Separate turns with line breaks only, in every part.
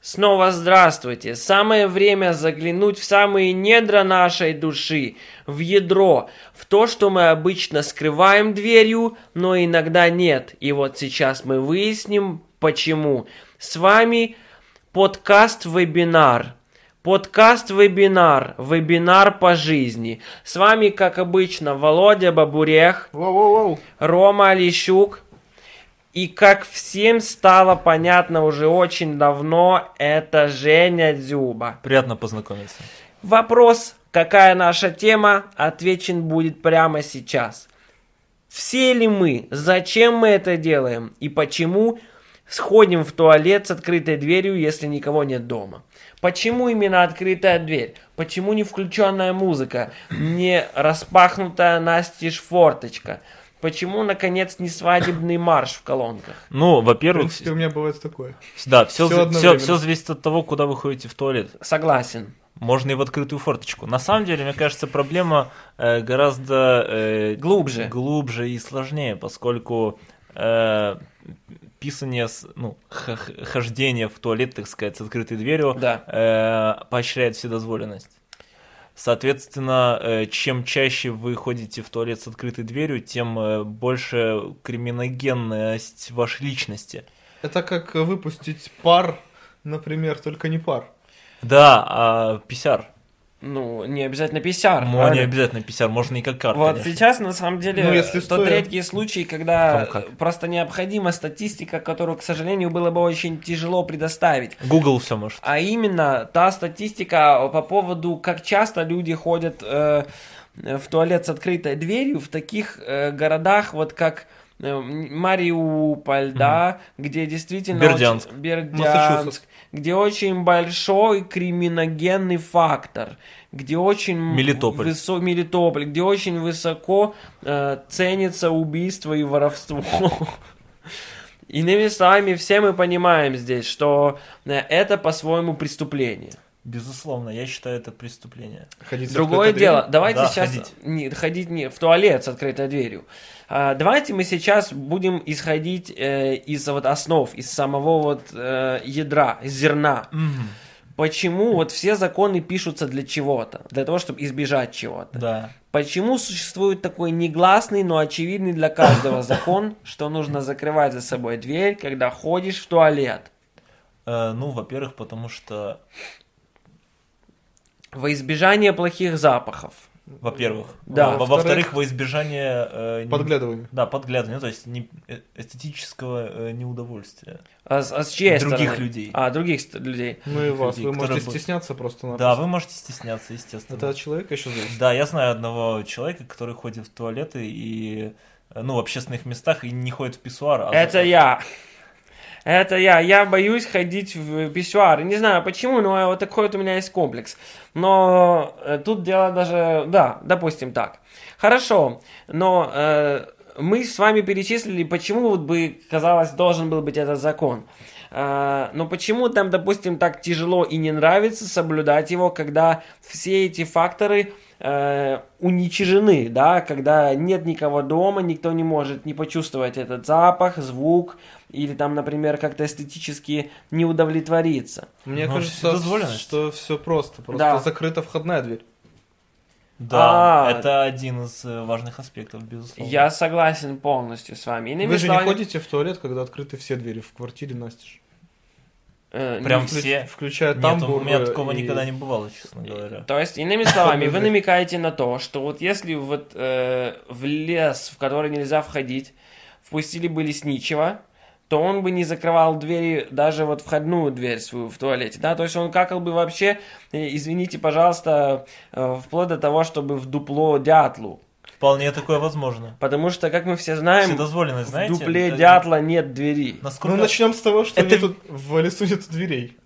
Снова здравствуйте! Самое время заглянуть в самые недра нашей души, в ядро, в то, что мы обычно скрываем дверью, но иногда нет. И вот сейчас мы выясним, почему. С вами подкаст-вебинар. Подкаст-вебинар, вебинар по жизни. С вами, как обычно, Володя Бабурех,
Воу-воу-воу.
Рома Олещук. И как всем стало понятно уже очень давно, это Женя Дзюба.
Приятно познакомиться.
Вопрос, какая наша тема, отвечен будет прямо сейчас. Все ли мы, зачем мы это делаем и почему сходим в туалет с открытой дверью, если никого нет дома? Почему именно открытая дверь? Почему не включенная музыка? Не распахнутая настежь форточка? Почему, наконец, не свадебный марш в колонках?
Ну,
В
во-первых,
принципе, у меня бывает такое.
да, все,
всё
за-
одновременно.
всё- всё зависит от того, куда вы ходите в туалет.
Согласен.
Можно и в открытую форточку. На самом деле, мне кажется, проблема э, гораздо э,
Глубже.
глубже и сложнее, поскольку э, писание, с- ну, х- х- хождение в туалет, так сказать, с открытой дверью
Да.
э, поощряет вседозволенность. Соответственно, э, чем чаще вы ходите в туалет с открытой дверью, тем э, больше криминогенность вашей личности.
Это как выпустить пар, например, только не пар.
Да, а писяр.
Ну, не обязательно PCR.
Ну,
правильно?
не обязательно писяр, можно и как карта.
Вот сейчас, на самом деле,
Ну, если
тот
стоя.
редкий случай, когда
Кому как.
просто необходима статистика, которую, к сожалению, было бы очень тяжело предоставить.
Google все может.
А именно та статистика по поводу, как часто люди ходят э, в туалет с открытой дверью в таких э, городах, вот как э, Мариуполь, да, где действительно...
Бердянск.
очень- Бердянск,
Массачусетс.
где очень большой криминогенный фактор, где очень...
Мелитополь.
высо- Мелитополь, где очень высоко э, ценится убийство и воровство. Иными словами, все мы понимаем здесь, что э, это по-своему преступление.
Безусловно, я считаю это преступление.
Ходить с
Другое
открытой
дело,
дверью.
давайте
Да,
сейчас
ходить.
не, ходить не в туалет с открытой дверью. А, давайте мы сейчас будем исходить э, из вот основ, из самого вот э, ядра, из зерна. Почему вот все законы пишутся для чего-то, для того, чтобы избежать чего-то.
Да.
Почему существует такой негласный, но очевидный для каждого закон, что нужно закрывать за собой дверь, когда ходишь в туалет?
Э, ну, во-первых, потому что,
Во избежание плохих запахов.
во-первых,
Да.
во- во- во-вторых,
Во-вторых,
во избежание э, не-
Подглядывание.
Да, подглядывания, ну, то есть не- э, эстетического э, неудовольствия.
А с, а с чьей
Других
стороны?
людей.
А, других ст- людей.
Ну и вас.
Людей,
Вы можете
которые бы-
стесняться просто
Да, вы можете стесняться, естественно.
Это от человека еще зависит.
Да, я знаю одного человека, который ходит в туалеты и э, ну, в общественных местах и не ходит в писсуар. а-
Это я. Это я. Я боюсь ходить в писсуары. Не знаю почему, но вот такой вот у меня есть комплекс. Но э, тут дело даже... Да, допустим так. Хорошо, но э, мы с вами перечислили, почему вот бы, казалось, должен был быть этот закон. Э, но почему там, допустим, так тяжело и не нравится соблюдать его, когда все эти факторы э, уничижены, да, когда нет никого дома, никто не может не почувствовать этот запах, звук, или там, например, как-то эстетически не удовлетвориться.
Мне
Ну,
кажется,
вседозволенность.
что все просто. Просто
Да.
закрыта входная дверь.
Да,
А.
это один из э, важных аспектов, безусловно.
Я согласен полностью с вами. Иными
Вы же не
словами,
ходите в туалет, когда открыты все двери в квартире настежь.
э, не
Прям
Вклю-
все?
Включая
Нет,
тамбур.
у меня
э,
такого
и-
никогда не бывало, честно говоря.
То есть, иными словами, вы
Подожди.
намекаете на то, что вот если вот э, в лес, в который нельзя входить, впустили бы лесничего, то он бы не закрывал двери, даже вот входную дверь свою в туалете, да? То есть он какал бы вообще, э, извините, пожалуйста, э, вплоть до того, чтобы в дупло дятлу.
Вполне такое возможно.
Потому что, как мы все знаем,
Вседозволенность,
в
знаете?
дупле
это-
дятла нет двери.
Ну,
Насколько... Ну,
начнем с того, что
Это-
нету- в лесу нет дверей.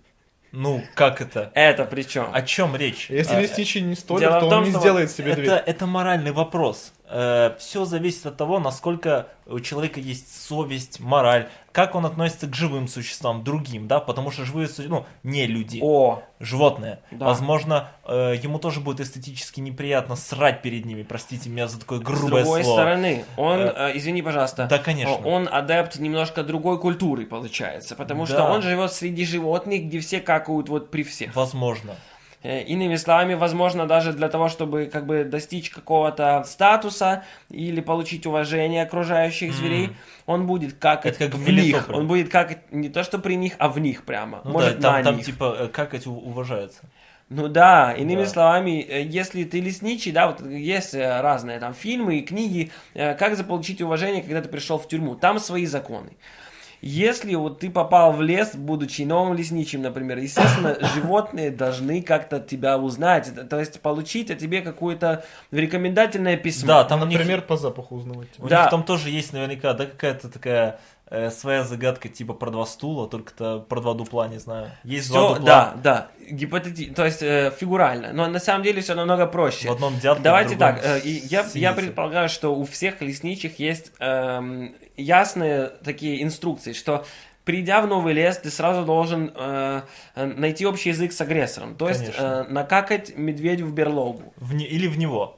Ну, как это?
Это причем.
О чем речь?
Если
А,
лесничий
дело
не столик,
в
то
том,
он не
что
сделает себе
это,
дверь.
это моральный вопрос. все зависит от того, насколько у человека есть совесть, мораль, как он относится к живым существам, другим, да, потому что живые существа, ну, не люди,
О,
животные.
Да.
Возможно, э, ему тоже будет эстетически неприятно срать перед ними, простите меня за такое грубое
с другой
слово.
стороны, он,
Э,
э, извини, пожалуйста,
Да, конечно.
он адепт немножко другой культуры, получается, потому что
Да.
он живет среди животных, где все какают вот при всех.
Возможно.
Э, Иными словами, возможно, даже для того, чтобы как бы достичь какого-то статуса или получить уважение окружающих зверей, он будет какать
Это как в
в них.
Мелитополе.
Он будет какать не то, что при них, а в них прямо.
Ну
Может,
да, там,
на
там
них.
типа э, как эти у- уважаются.
Ну да, иными
Да.
словами, э, если ты лесничий, да, вот есть э, разные там фильмы и книги, э, как заполучить уважение, когда ты пришел в тюрьму. Там свои законы. Если вот ты попал в лес, будучи новым лесничим, например, естественно, животные должны как-то тебя узнать, т- то есть получить о тебе какое-то рекомендательное письмо.
Да, там у них-
Например, по запаху узнавать.
У
Да.
них там тоже есть наверняка, да, какая-то такая э, своя загадка, типа про два стула, только-то про два дупла, не знаю. Есть два
Все,
дупла.
да, да, гипотети, то есть э, фигурально, но на самом деле все намного проще.
В одном дятле, в
Давайте
другом
так, э, и я, я
синица.
предполагаю, что у всех лесничих есть эм, ясные такие инструкции, что придя в новый лес, ты сразу должен э, э, найти общий язык с агрессором, то есть э,
Конечно.
накакать медведю в берлогу,
В не- Или в него,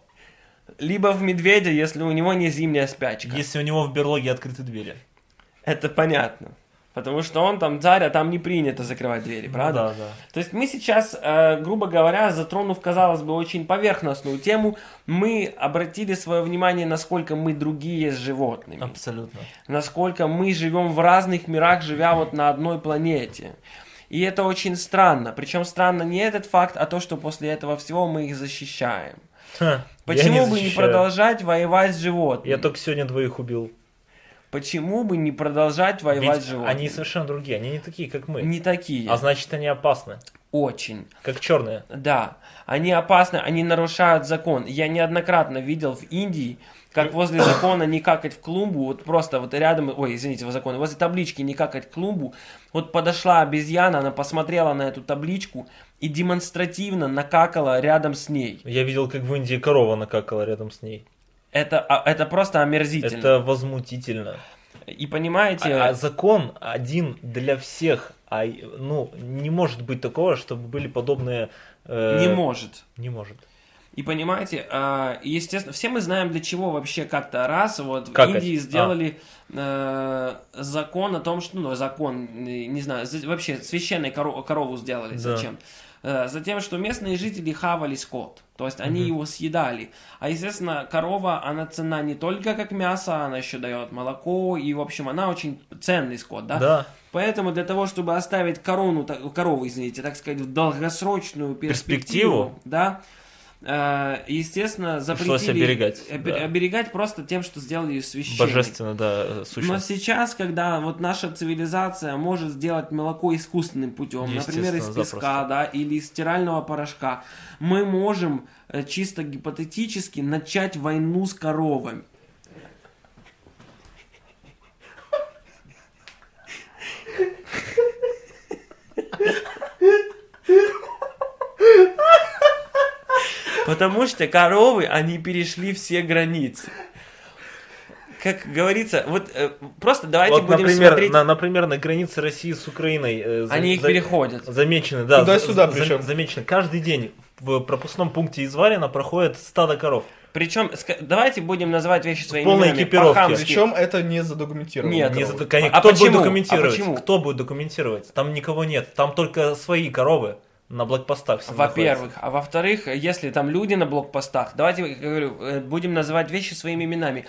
либо в медведя, если у него не зимняя спячка.
если у него в берлоге открыты двери.
Это понятно, потому что он там царь, а там не принято закрывать двери, правда?
Да, да.
То есть мы сейчас, э, грубо говоря, затронув, казалось бы, очень поверхностную тему, мы обратили свое внимание, насколько мы другие с животными,
Абсолютно.
насколько мы живем в разных мирах, живя вот на одной планете. И это очень странно. Причем странно не этот факт, а то, что после этого всего мы их защищаем. Почему бы не продолжать воевать с животными?
Я только сегодня двоих убил.
Почему бы не продолжать воевать с
Ведь
животными?
они совершенно другие, они не такие, как мы.
не такие.
А значит, они опасны,
Очень.
как черные.
Да, они опасны, они нарушают закон. Я неоднократно видел в Индии, как возле закона не какать в клумбу, вот просто вот рядом, ой, извините, в законе, возле таблички не какать в клумбу, вот подошла обезьяна, она посмотрела на эту табличку и демонстративно накакала рядом с ней.
Я видел, как в Индии корова накакала рядом с ней.
Это, а, это просто омерзительно.
Это возмутительно.
И понимаете,
А, а закон один для всех. А и- ну не может быть такого, чтобы были подобные. э,
не может.
Не может.
И понимаете, а, и, естественно, все мы знаем, для чего вообще как-то раз вот в
Какать.
Индии сделали э, закон о том, что, ну, закон, э, не знаю, за- вообще священной коро- корову сделали.
Да.
Зачем? Э, Затем, что местные жители хавали скот, то есть они его съедали. А естественно, корова, она цена не только как мясо, она еще дает молоко, и в общем, она очень ценный скот, да? Поэтому для того, чтобы оставить корону, та- корову, извините, так сказать, в долгосрочную перспективу,
Перспективу?
да, э, естественно, запретили...
Пришлось оберегать,
обе-
да.
Оберегать просто тем, что сделали ее священной.
Божественно, да, э,
Но
сущность.
сейчас, когда вот наша цивилизация может сделать молоко искусственным путем, например, из
Естественно,
песка, да, или из стирального порошка, мы можем э, чисто гипотетически начать войну с коровами. Потому что коровы, они перешли все границы. Как говорится, вот э, просто давайте
Вот,
будем
например,
смотреть.
на, например, на границе России с Украиной. э, за-
Они их
за-
переходят.
Замечены, да.
Туда-сюда
за-
причем.
Замечены. Каждый день в пропускном пункте Изварина проходит стадо коров.
Причем, ска- давайте будем называть вещи своими
полной
именами.
экипировке.
По-хамски.
Причем это не задокументировано.
Нет.
Не
Никого.
задо- конечно,
А
кто
почему?
будет документировать?
А почему?
Кто будет документировать? Там никого нет. Там только свои коровы на блокпостах. всегда
Во-первых. А во-вторых, если там люди на блокпостах, давайте, как я говорю, э, будем называть вещи своими именами.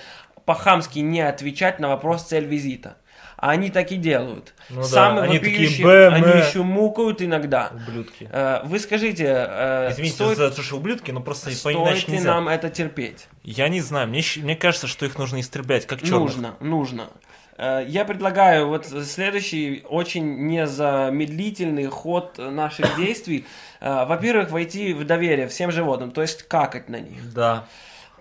По-хамски не отвечать на вопрос цель визита. А они так и делают.
Ну да,
Самые
они такие,
вопиющие,
«Бэ,
они
мэ».
еще мукают иногда.
находятся. Ублюдки.
Э, Вы скажите, э,
Извините
стоит,
за то, что ублюдки, но просто
стоит
иначе
ли
нельзя.
нам это терпеть?
Я не знаю, мне, щ- мне кажется, что их нужно истреблять, как черных.
Нужно, нужно. Э, Я предлагаю вот следующий очень незамедлительный ход наших действий. Э, Во-первых, войти в доверие всем животным, то есть какать на них.
Да.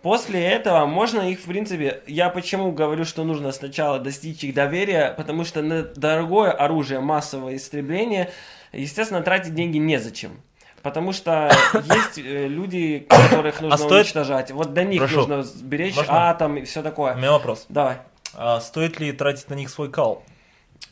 После этого можно их, в принципе, я почему говорю, что нужно сначала достичь их доверия, потому что на дорогое оружие массового истребления, естественно, тратить деньги незачем. Потому что есть э, люди, которых нужно
А стоит-
уничтожать. Вот до них
Прошу.
нужно сберечь
Можно?
атом и все
У
такое.
меня вопрос.
Давай.
А стоит ли тратить на них свой кал?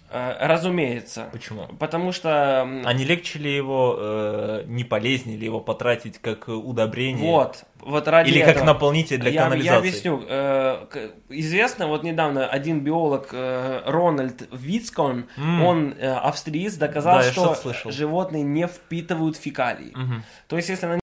Э, Разумеется.
Почему?
Потому что... м,
А не легче ли его, э, не полезнее ли его потратить как э, удобрение?
Вот. Вот ради
Или
этого.
как наполнитель для
я,
канализации?
я объясню. Э, к- Известно, вот недавно один биолог э, Рональд Вицкон,
М.
он э, австриец, доказал,
Да, я
что
что-то слышал.
животные не впитывают фекалии.
Мгм.
То есть, если на